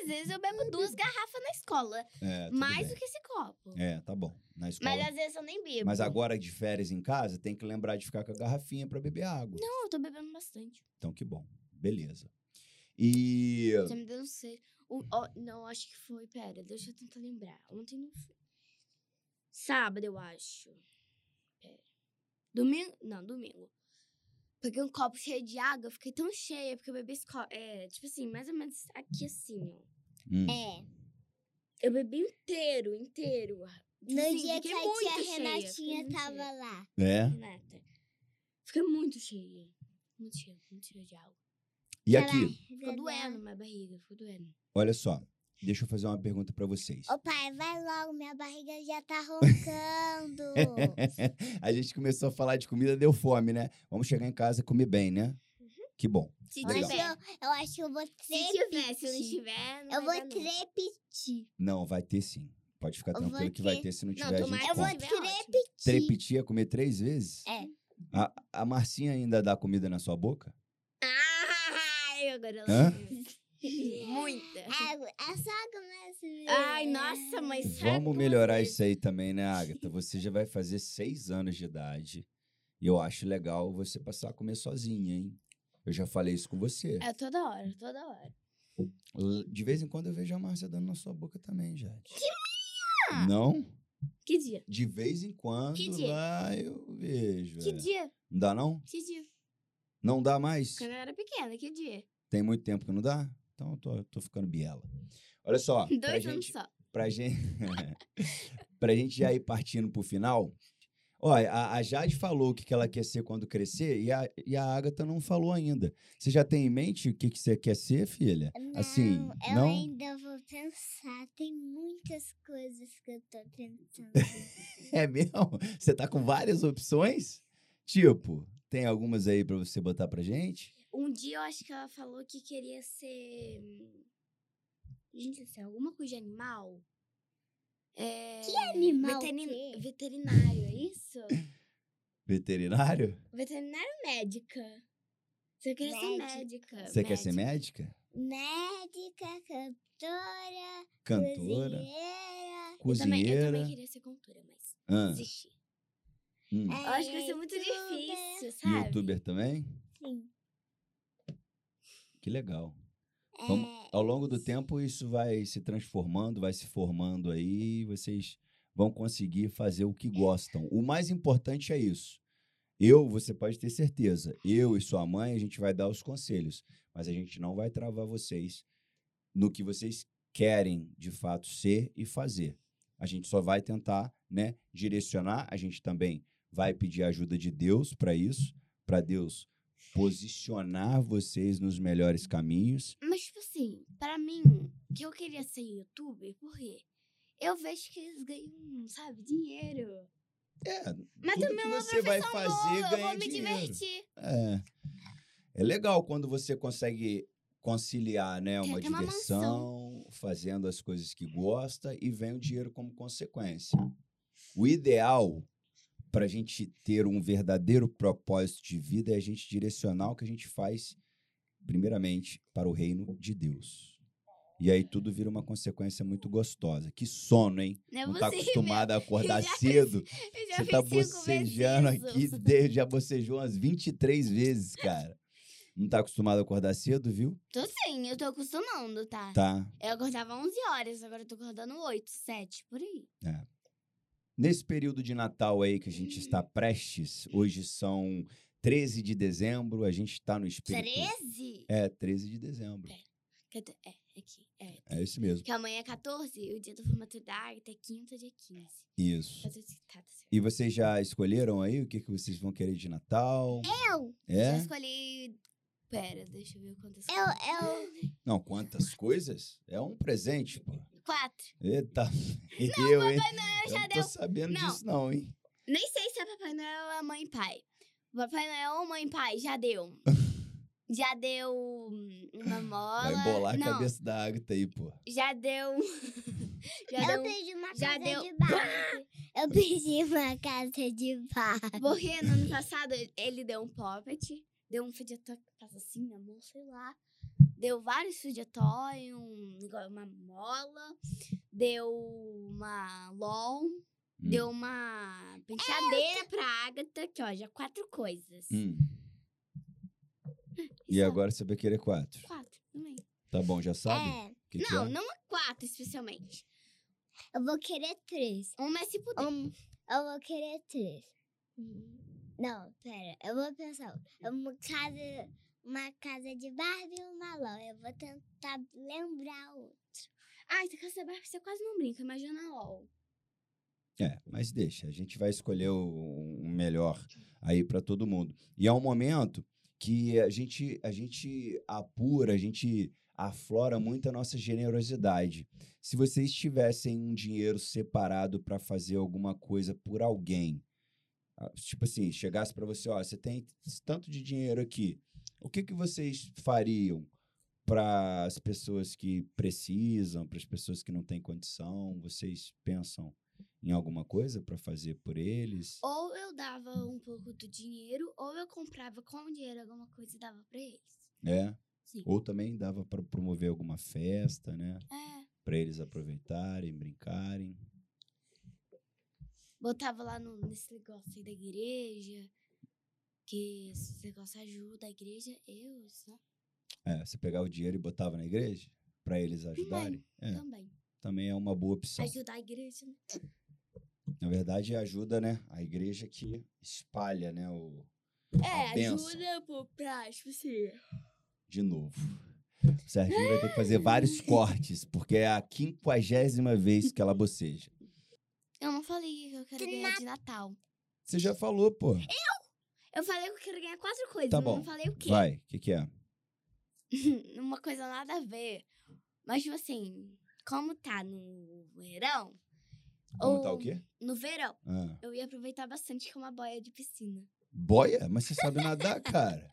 Às vezes eu bebo duas garrafas na escola.
É, tudo
mais
bem.
do que esse copo.
É, tá bom. Na escola.
Mas
Mas,
assim,
às vezes eu nem bebo.
agora de férias em casa, tem que lembrar de ficar com a garrafinha pra beber água.
Não, eu tô bebendo bastante.
Então que bom. Beleza. E
Você me deu um ser. Um, ó, não, acho que foi. Pera, deixa eu tentar lembrar. Ontem não foi. Sábado, eu acho. Pera. Domingo? Não, domingo. Peguei um copo cheio de água, eu fiquei tão cheia, porque eu bebi esse copo. É, tipo assim, mais ou menos aqui assim, ó.
hum,
É.
Eu bebi inteiro, inteiro.
No
Sim,
dia que
Tipo assim, fiquei
a
muito
tia
cheia, fiquei
Renatinha
muito
tava
cheia.
lá.
é.
Renata. Fiquei muito cheia. Muito cheia, muito cheia de água.
E aqui,
Ficou doendo minha barriga, ficou doendo.
olha só. Deixa eu fazer uma pergunta pra vocês.
Ô pai, vai logo, minha barriga já tá roncando.
<laughs> <laughs> a gente começou a falar de comida, deu fome, né? Vamos chegar em casa e comer bem, né? Que bom.
Se
Legal.
Hoje
tiver.
eu, eu acho que eu vou
Se tiver, se não
trepitir.
tiver, não
Eu
vai
vou
dar, não.
trepitir.
Não, vai ter sim. Pode ficar
Eu vou
tranquilo que vai
ter-
ter se não
Não,
tiver. a
tomara
gente
Eu vou
Bom.
compra.
tiver ótimo.
trepitir.
Trepetir é comer três vezes?
É.
A, a Marcinha ainda dá comida na sua boca?
Ai, agora ela
Hã?
comeu. <laughs> Muita.
É, é só começa.
Ai, nossa, mãe, sabe?
Vamos
como
melhorar
eu-
isso aí também, né, Agatha? Você já vai fazer seis anos de idade. E eu acho legal você passar a comer sozinha, hein? Eu já falei isso com você.
É toda hora, toda hora.
L- De vez em quando eu vejo a Márcia dando na sua boca também, Jade. Não?
Que dia?
De vez em quando
Que dia?
lá eu vejo.
Que
é.
dia?
Não dá, não?
Que dia?
Não dá mais?
Quando eu era pequena, que dia?
Tem muito tempo que não dá? Então eu tô, tô ficando biela. Olha só, pra
Dois
<laughs>
anos
gente,
só.
pra gente, pra gente já ir partindo pro final. Ô, Olha, a, a Jade falou o que, que ela quer ser quando crescer e a, e a Agatha não falou ainda. Você já tem em mente o que, que você quer ser, filha? <laughs> Assim,
Não, eu
não?
ainda vou pensar. Tem muitas coisas que eu tô
<laughs>
pensando.
É mesmo? Você tá com várias opções? Tipo, tem algumas aí pra você botar pra gente?
Um dia eu acho que ela falou que queria ser. hum, Gente, assim, alguma coisa de animal? É... Que
animal
Veterin...
quê?
Veterinário,
<coughs>
é isso?
Veterinário?
Veterinário ou médica? Você queria ser médica.
Você quer ser médica?
Médica, cantora,
Cantora?
cozinheira.
Eu também, eu
Cozinheira?
também queria ser cantora, mas
Ah,
desisti.
hum.
Eu acho que vai ser muito
youtuber.
difícil, sabe?
Youtuber também?
Sim.
Que legal. Vamos-
É,
Ao longo do tempo, isso vai se transformando, vai se formando aí, e vocês vão conseguir fazer o que gostam. O mais importante é isso. Eu, você pode ter certeza, eu e sua mãe, a gente vai dar os conselhos, mas a gente não vai travar vocês no que vocês querem de fato ser e fazer. A gente só vai tentar, né, direcionar, a gente também vai pedir a ajuda de Deus para isso, para Deus posicionar vocês nos melhores caminhos.
Mas, tipo assim, pra mim, que eu queria ser youtuber, por quê? Eu vejo que eles ganham, sabe, dinheiro.
É,
Mas
tudo
também
que
é uma
você vai
Pô,
fazer
eu
ganha
vou me
dinheiro.
divertir.
É. É legal quando você consegue conciliar, né,
Tem
uma
até uma
diversão, fazendo as coisas que gosta e vem o dinheiro como consequência. O ideal para a gente ter um verdadeiro propósito de vida é a gente direcionar o que a gente faz, primeiramente, para o reino de Deus. E aí tudo vira uma consequência muito gostosa. Que sono, hein?
Não é
Não
<laughs>
tá
possível.
acostumado a acordar
Já-
cedo.
Eu já
Você
fiz
tá
cinco vezes
bocejando
isso.
aqui, desde- já bocejou umas 23 vezes, cara. Não tá acostumado a acordar cedo, viu?
Tô sim, eu tô acostumando, tá?
Tá.
Eu acordava 11 horas, agora eu tô acordando 8, 7, por aí.
Nesse período de Natal aí que a gente está prestes, hoje são 13 de dezembro, a gente tá no espírito.
13?
É, 13 de dezembro.
Quer dizer, É, aqui. É.
É isso mesmo.
Que amanhã é 14, o dia da formatura, até quinta, dia 15.
Isso.
Eu tô excitada, assim.
E vocês já escolheram aí o que, que vocês vão querer de Natal?
eu,
Já
É?
escolhi. Pera, deixa eu ver quantas
eu,
coisas.
eu.
Não, quantas coisas? É um presente, pô.
Quatro.
Eita, <laughs> eu, hein?
Noel
Eu
já
não tô
deu.
sabendo
Não.
disso, não, hein?
Nem sei se é Papai Noel ou é Mãe e Pai. Papai Noel ou Mãe e Pai,
<laughs>
já deu. já deu hum, uma mola.
Vai bolar a
Não,
cabeça da Agatha aí, pô.
Já deu. <laughs> já
Eu
deu. um
pedi uma
já
casa
deu-
de barro. Eu pedi uma casa de barro.
Porque no ano passado ele deu um poppet, deu um fidget toy que passa assim na mão, sei lá. Deu vários fidget toy, um, igual uma mola, deu uma LOL,
Hum.
deu uma penteadeira pra Agatha, aqui ó, já quatro coisas.
Hum.
E
E
só
agora você vai querer quatro.
Ah, é Quatro também.
Tá bom, já sabe?
É,
o que que
Não,
é?
não é quatro especialmente.
eu vou querer três.
Uma é se puder.
Um, eu vou querer três. Não, pera, eu vou pensar. Uma casa, uma casa de Barbie e uma Ló. Eu vou tentar lembrar o.
Ai, você quer saber? Você quase não brinca, imagina LOL.
É, mas deixa. A gente vai escolher o, o melhor aí pra todo mundo. E é um momento que a gente, a gente apura, a gente aflora muito a nossa generosidade. Se vocês tivessem um dinheiro separado pra fazer alguma coisa por alguém, ah, tipo assim, chegasse pra você, ó, você tem tanto de dinheiro aqui, o que, que vocês fariam para as pessoas que precisam, para as pessoas que não têm condição? Vocês pensam em alguma coisa pra fazer por eles?
Ou eu dava um pouco do dinheiro, ou eu comprava com o dinheiro alguma coisa e dava pra eles.
É.
Sim.
Ou também dava pra promover alguma festa, né?
É.
Pra eles aproveitarem, brincarem.
Botava lá no, nesse negócio aí da igreja. Que esse negócio ajuda a igreja. Eu só
É, você pegava o dinheiro e botava na igreja Pra eles ajudarem. É,
também.
também é uma boa opção.
Ajudar a igreja. né?
Na verdade, ajuda, né? A igreja que espalha, né? O... a
É,
bênção.
ajuda pro pra, tipo assim.
De novo.
<laughs>
O Serginho vai ter que fazer vários cortes, porque é a quinquagésima vez que ela boceja.
Eu não falei que eu quero ganhar de Natal.
Você já falou, pô.
Eu falei que eu quero ganhar quatro coisas,
Tá
mas
bom.
não falei o quê.
Vai, o que, que é?
Uma coisa nada a ver. Mas, tipo assim, como tá no verão.
Como
ou
tá o quê?
No verão,
Ah.
eu ia aproveitar bastante com uma boia de piscina.
Boia? Mas você sabe nadar, cara.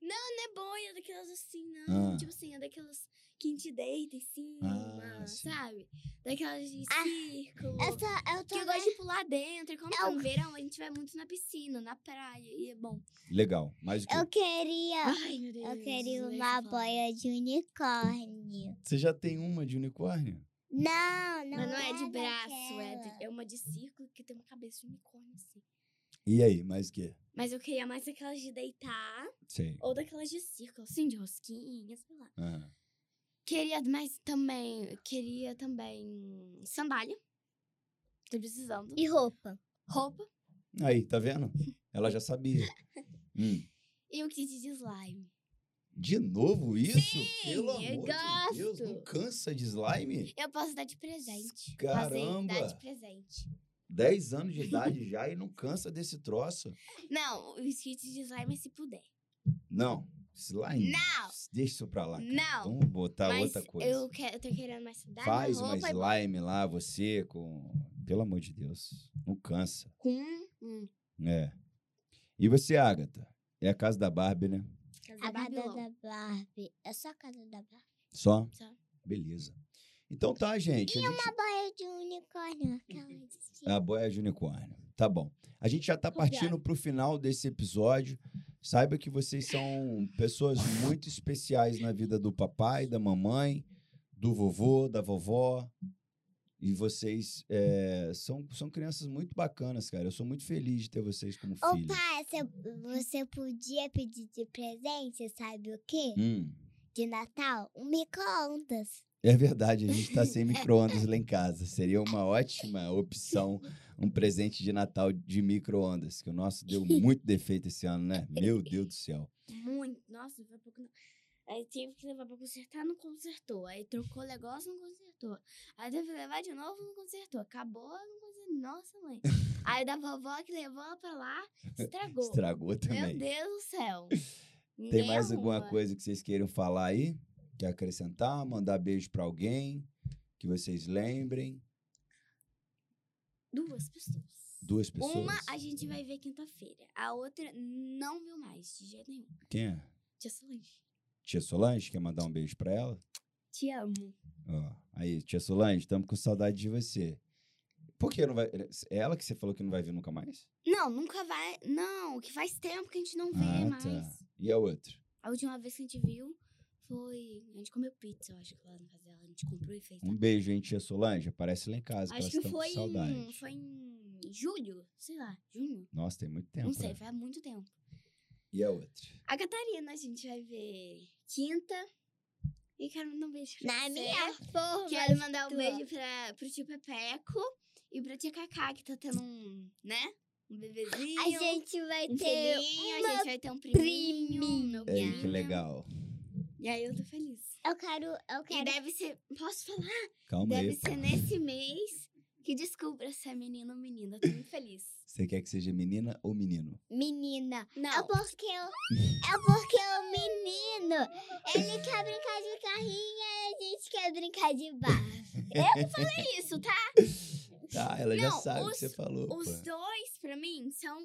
Não é boia daquelas assim, não.
Ah.
Tipo assim, é daquelas que te deita em cima,
Ah, sim.
sabe? Daquelas de
Ah,
círculo.
Eu, tô, eu
que eu
também
gosto de pular dentro. E como tá
Eu-
no verão, a gente vai muito na piscina, na praia. E é bom.
Legal.
É
Mais o quê?
Eu queria.
Ai, meu Deus. é
Eu queria
deixa eu falar.
uma boia de unicórnio.
Você já tem uma de unicórnio?
Não, não,
Mas não é de
daquela.
braço, é, de- é uma de círculo que tem uma cabeça de unicórnio, assim.
E aí, mais o quê?
Mas eu queria mais aquelas de deitar
Sei.
ou daquelas de círculo, assim, de rosquinha, sei lá.
Ah.
Queria mais também. Queria também. sandália. Tô precisando.
E roupa.
roupa.
Aí, tá vendo? Ela já sabia. Hum.
E um kit de slime.
De novo isso? Pelo
eu
amor de Deus,
gosto.
não cansa de slime?
Eu posso dar de presente.
Caramba!
Fazer, dar de presente.
10 anos de idade já e não cansa desse troço.
Não, os kits de slime é se puder.
Não, slime.
Não.
Deixa isso pra lá. cara.
Não.
Vamos botar
Mas
outra coisa.
Eu, quero, eu tô querendo mais sandália,
Faz uma
Tá roupa e
slime lá, você, com. Pelo amor de Deus. Não cansa.
com. Hum,
É. E você, Agatha? É a casa da Barbie, né?
casa
A casa
Babilônia.
da Barbie. É só a casa da Barbie.
Só?
Só.
Beleza. Então tá, gente. a, gente...
Uma boia É de unicórnio. Aquela de...
a boia de unicórnio. é Tá bom. A gente já tá partindo pro final desse episódio. Saiba que vocês são pessoas muito especiais na vida do papai, da mamãe, do vovô, da vovó. E vocês é, são, são crianças muito bacanas, cara. Eu sou muito feliz de ter vocês como
Ô,
filhos.
pai, você, você podia pedir de presente, sabe o quê?
Hum.
De Natal? Um micro-ondas.
É verdade, a gente tá
<laughs>
sem micro-ondas lá em casa. Seria uma ótima opção, um presente de Natal de micro-ondas, que o nosso
<laughs>
deu muito defeito esse ano, né? Meu Deus do céu.
Muito. Nossa, não foi pouco não. Aí tive que levar pra consertar, não consertou. Aí trocou o negócio, não consertou. Aí teve que levar de novo, não consertou. Acabou, não consertou. Nossa,
<laughs>
mãe. Aí da vovó que levou ela pra lá, estragou.
Estragou
Meu
também.
Deus do céu.
<laughs> Tem
Ninguém
mais alguma
arruma.
coisa que vocês queiram falar aí? Quer acrescentar? Mandar beijo pra alguém que vocês lembrem?
Duas pessoas.
Duas pessoas.
Uma a gente vai ver quinta-feira. A outra não viu mais, de jeito nenhum.
Quem é?
Tia Solange.
Tia Solange, quer mandar um beijo pra ela?
Te amo.
Ó, aí, tia Solange, estamos com saudade de você. Por que não vai. É ela que você falou que não vai vir nunca mais?
Não, nunca vai. Não, que faz tempo que a gente não vê
Ah, tá.
mais.
E a outra?
A última vez que a gente viu foi. A gente comeu pizza, eu acho que lá na casa dela. A gente comprou e fez. tá? lá.
Um beijo, hein, tia Solange? Aparece lá em casa,
Acho
que elas
que
estão
foi
com
em,
saudade.
foi em julho, sei lá, junho.
Nossa, tem muito tempo.
Não sei,
né?
faz muito tempo.
E a outra?
A Catarina a gente vai ver quinta. E quero mandar um beijo pra
Na
você.
minha forma.
Quero mandar um
tua.
beijo pra, pro tio Pepeco e pra tia Cacá, que tá tendo um, né? Um bebezinho.
A gente vai
um
ter
filhinho, a
uma
gente vai ter um priminho. Meu
priminha.
Ei, que
gato.
legal.
E aí eu tô feliz.
Eu quero, eu
E
quero.
deve ser. Posso falar?
Calma
Deve
aí.
ser nesse mês que descubra se é menino ou menina. Eu tô muito feliz.
Você quer que seja menina ou menino?
Menina. É
Não.
porque eu, é porque o menino, ele quer brincar de carrinho e a gente quer brincar de barro.
É isso, tá?
Tá, ela já
Não,
sabe o que
os-
você falou. pô.
Os dois, pra mim, são.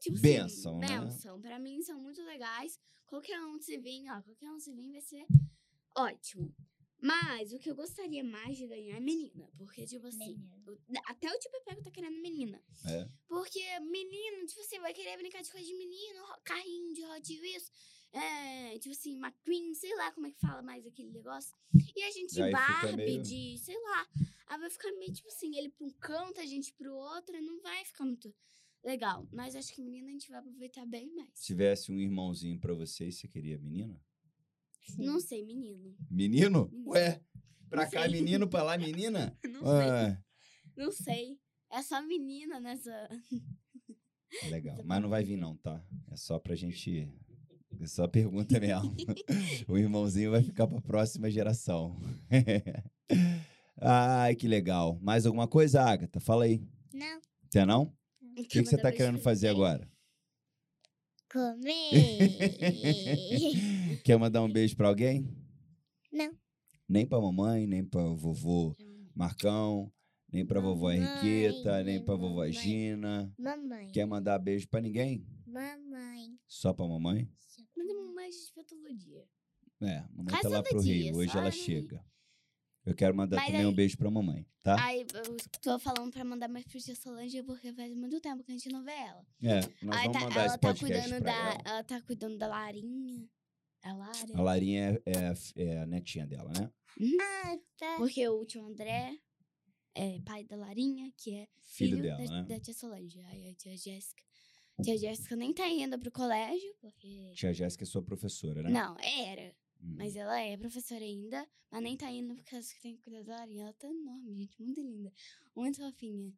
Tipo
Bênção, é. né?
assim, Benção. Pra mim, são muito legais. Qualquer um se vir, ó. Qualquer um se vir vai ser ótimo. Mas o que eu gostaria mais de ganhar é menina. Porque, tipo assim. o- Até o tio Pepeco tá querendo menina.
É.
Porque menino, tipo assim, vai querer brincar de coisa de menino, ro- carrinho de Hot Wheels, é, tipo assim, McQueen, sei lá como é que fala mais aquele negócio. E a gente
Aí
de
fica
Barbie,
meio-
de, sei lá. Aí vai ficar meio, tipo assim, ele pra um canto, a gente pro outro, não vai ficar muito legal. Mas acho que menino a gente vai aproveitar bem
Se
mais.
tivesse um irmãozinho pra vocês, você queria menina?
Não sei, menino.
Menino?
Menino.
Ué, pra
Não
cá
sei.
menino, pra lá menina?
<laughs> Não sei.
Ah,
Não sei. É só menina nessa.
legal. Mas não vai vir não, tá? É só pra gente... É só pergunta mesmo.
<laughs>
o irmãozinho vai ficar pra próxima geração. <laughs> Ai, que legal. Mais alguma coisa, Agatha? Fala aí.
Não.
Você não?
Não.
O que, que você tá querendo fazer agora?
<laughs>
Comer.
Quer mandar um beijo pra alguém?
Não.
Nem pra mamãe, nem pra vovô Marcão, nem pra vovó
Mamãe,
Henriqueta, nem pra vovó
mamãe.
Gina.
mamãe.
Quer mandar beijo pra ninguém?
Mamãe.
Só pra mamãe?
Mas é a mamãe a gente vê todo dia.
É, mamãe
Quase
tá lá
todo
pro
dia,
Rio. Hoje
só
ela
no
chega. Eu quero mandar
Mas
também um
aí- Ah,
beijo pra mamãe, tá?
Aí eu tô falando pra mandar mais pro Tia Solange porque faz muito tempo que a gente não vê ela.
É, nós
Aí
vamos
tá-
mandar
ela
esse
tá
podcast
cuidando
pra
da.
ela.
tá cuidando da Larinha. A Lara.
A Larinha é, é a f- é a netinha dela, né?
Ah, tá.
Porque o último André é pai da Larinha, que é
Filho,
filho
dela,
da,
né?
da tia Solange. Aí a tia Jéssica. Tia Jéssica nem tá indo pro colégio, porque.
Tia Jéssica é sua professora, né?
Não, era.
Hum.
Mas ela é professora ainda, mas nem tá indo por causa que tem que cuidar da Larinha. Ela tá enorme, gente, muito linda. Muito fofinha.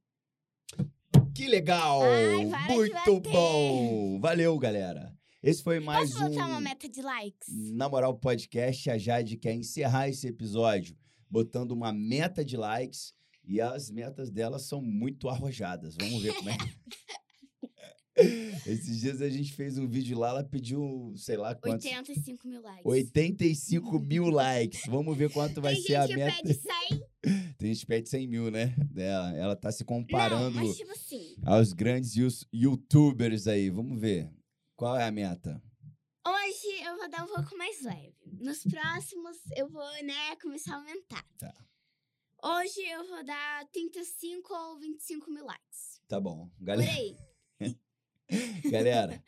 Que legal!
Ai, para que
Muito
vai ter.
bom! Valeu, galera. Esse foi mais
Posso botar uma
um
meta de likes?
Na Moral Podcast. A Jade quer encerrar esse episódio botando uma meta de likes. E as metas dela são muito arrojadas. Vamos ver como é.
<laughs>
que- Esses dias a gente fez um vídeo lá, ela pediu, sei lá quantos.
85 mil likes.
85 mil likes. Vamos ver quanto vai
Tem
ser a
gente que
meta.
pede 100.
Tem gente que pede 100 mil, né? Dela. Ela tá se
Não,
comparando
mas tipo assim,
aos grandes yous- youtubers aí. Vamos ver. Qual é a meta?
hoje eu vou dar um pouco mais leve. Nos próximos eu vou, né, começar a aumentar.
Tá.
Hoje eu vou dar 35 ou 25 mil likes.
Tá bom.
Por
Galera,
aí.
<laughs> galera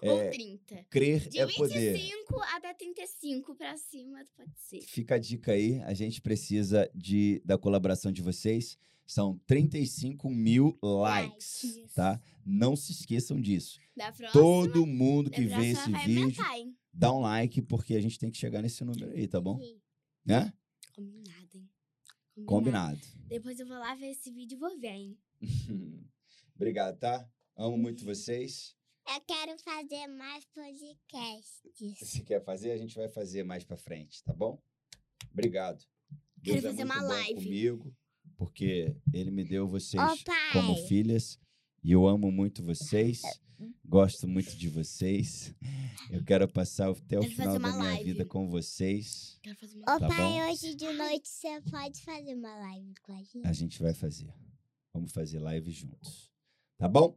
Ou
é,
30.
crer
De
é poder.
25 até 35 pra cima pode ser.
Fica a dica aí. A gente precisa de, da colaboração de vocês. São 35 mil likes,
Likes.
tá? Não se esqueçam disso.
Da próxima,
Todo mundo
da
que vê
próxima
esse
vai
vídeo,
aumentar, hein?
dá um like, porque a gente tem que chegar nesse número aí, tá bom?
Sim.
Né?
Combinado, hein?
Combinado. <laughs>
Depois eu vou lá ver esse vídeo e vou ver, hein?
Obrigado, tá? Amo muito vocês.
Eu quero fazer mais podcasts.
Se quer fazer, a gente vai fazer mais pra frente, tá bom? Obrigado.
Quero
Deus é
fazer
muito
uma
bom
live.
comigo, porque ele me deu vocês
Ó, pai.
como filhas e eu amo muito vocês. Gosto muito de vocês. Eu quero passar até o
Quero fazer
final da
uma
minha
live.
vida com vocês.
Quero fazer uma
Ô,
Tá
pai,
bom.
hoje de noite você pode fazer uma live com a gente?
A gente vai fazer. Vamos fazer live juntos. Tá bom?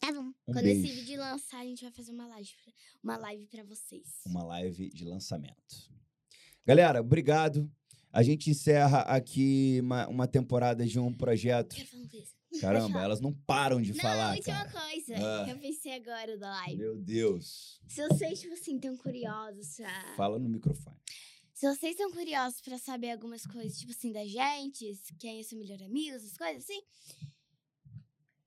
Tá bom.
Um
Quando
beijo.
esse vídeo lançar, a gente vai fazer uma live, pra- uma live pra vocês.
uma live de lançamento. Galera, obrigado. A gente encerra aqui uma, uma temporada de um
<laughs>
projeto.
Quero falar uma coisa.
Caramba, elas não param de
Não, é
falar,
última
cara.
coisa
Ah.
que eu pensei agora da live.
Meu Deus.
Se vocês, tipo assim, tão curiosos pra...
Fala no microfone.
Se vocês estão curiosos pra saber algumas coisas, tipo assim, da gente, se- quem é seu melhor amigo, essas coisas assim,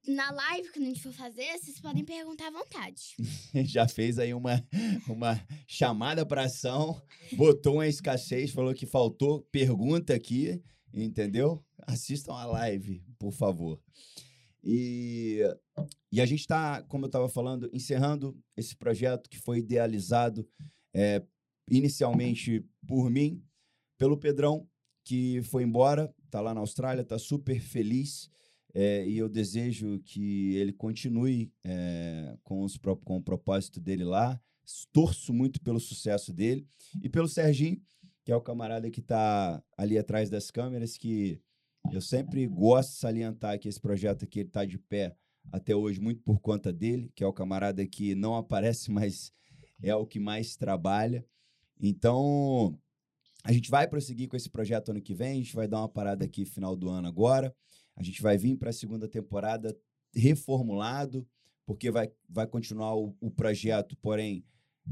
na live, quando a gente for fazer, vocês podem perguntar à vontade.
<laughs> Já fez aí uma, uma chamada para ação, botou uma escassez, falou que faltou pergunta aqui, entendeu? Assistam a live, por favor. E, e a gente está, como eu estava falando, encerrando esse projeto que foi idealizado é, inicialmente por mim, pelo Pedrão, que foi embora, está lá na Austrália, está super feliz. é, e eu desejo que ele continue é, com, os, pro- com o propósito dele lá. Torço muito pelo sucesso dele. E pelo Serginho, que é o camarada que está ali atrás das câmeras, que eu sempre gosto de salientar que esse projeto aqui está de pé até hoje, muito por conta dele, que é o camarada que não aparece, <laughs> mas é o que mais trabalha. Então, a gente vai prosseguir com esse projeto ano que vem, a gente vai dar uma parada aqui final do ano agora. A gente vai vir para a segunda temporada reformulado, porque vai, vai continuar o, o projeto, porém,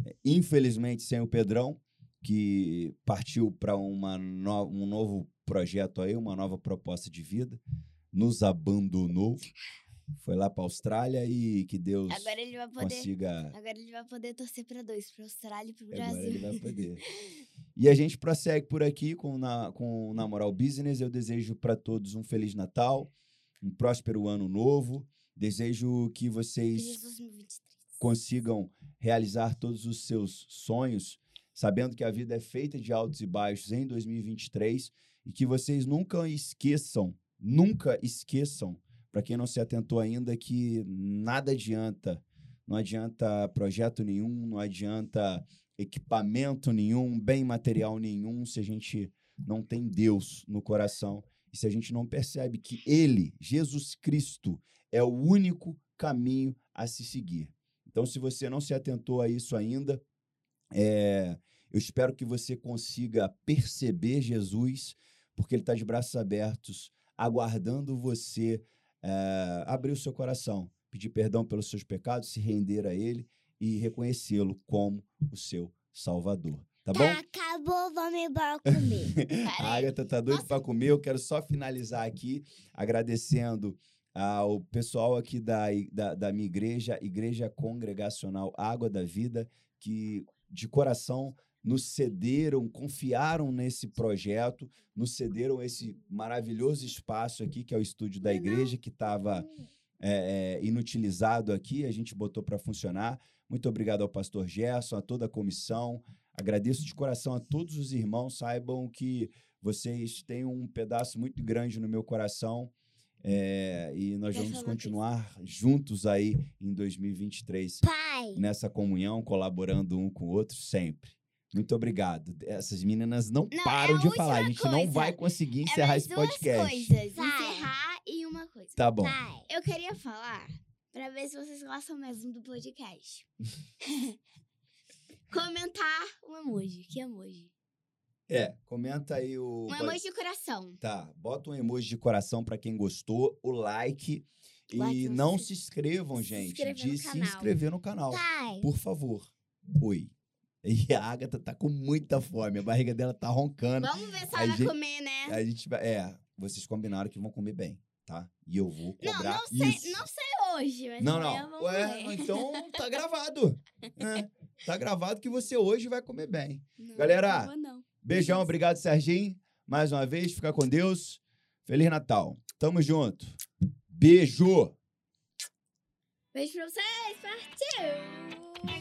é, infelizmente, sem o Pedrão, que partiu para no, um novo projeto aí, uma nova proposta de vida, nos abandonou, foi lá para a Austrália e que Deus
tipo, Agora ele vai poder...
consiga
Agora ele vai poder torcer pra dois, pra Austrália e pro
Agora
Brasil.
ele vai poder. E a gente prossegue por aqui com na, com o na Moral Business. Eu desejo para todos um Feliz Natal, um próspero ano novo. Desejo que vocês
Jesus 2023.
consigam realizar todos os seus sonhos, sabendo que a vida é feita de altos e baixos em 2023 e que vocês nunca esqueçam, nunca esqueçam, para Para quem não se atentou ainda, que nada adianta. Não adianta projeto nenhum, não adianta equipamento nenhum, bem material nenhum, se a gente não tem Deus no coração e se a gente não percebe que Ele, Jesus Cristo, é o único caminho a se seguir. Então, se você não se atentou a isso ainda, é, eu espero que você consiga perceber Jesus, porque Ele está de braços abertos, aguardando você é, abrir o seu coração, pedir perdão pelos seus pecados, se render a Ele e reconhecê-lo como o seu Salvador. Tá bom?
acabou,
<laughs>
vamos embora comer.
A Agatha tá doida para comer. Eu quero só finalizar aqui agradecendo ao pessoal aqui da, i- da, da minha igreja, Igreja Congregacional Água da Vida, que de coração nos cederam, confiaram nesse projeto, nos cederam esse maravilhoso espaço aqui, que é o estúdio da igreja, que estava inutilizado aqui, a gente botou para funcionar. Muito obrigado ao pastor Gerson, a toda a comissão. Agradeço de coração a todos os irmãos. Saibam que vocês têm um pedaço muito grande no meu coração. é, e nós
Quer
vamos
falar, Cris?
continuar juntos aí em 2023,
Pai,
nessa comunhão, colaborando um com o outro sempre. Muito obrigado. Essas meninas não,
Não,
param
é a
de falar. A
última
gente não
coisa.
vai conseguir
é
encerrar
mais
esse
duas
podcast.
coisas.
Vai.
Encerrar e uma coisa.
Tá bom.
pai.
Eu queria falar pra ver se vocês gostam mesmo
<laughs>
do podcast. <laughs> Comentar um emoji. Que emoji?
É, comenta aí o.
Um emoji de coração.
Tá, bota um emoji de coração pra quem gostou, o like. E
Like no
não
um se-
se inscrevam,
se
gente,
inscrever
de
no
se
canal. Tá.
inscrever no canal.
Pai,
Por favor. Oi. <laughs> E a Agatha tá com muita fome, a barriga dela tá roncando.
Vamos ver se
A
ela vai
gente-
comer, né?
A gente vai. É, vocês combinaram que vão comer bem, tá? E eu vou
Não,
cobrar
não sei,
isso.
não sei hoje, mas
Não,
amanhã
não.
vamos
Ué,
ver.
então tá
<laughs>
gravado. né? Tá gravado que você hoje vai comer bem.
Não,
Galera,
não vou, não.
Beijão,
Isso.
obrigado, Serginho. Mais uma vez, fica com Deus. Feliz Natal. Tamo junto. Beijo.
Beijo pra vocês, partiu!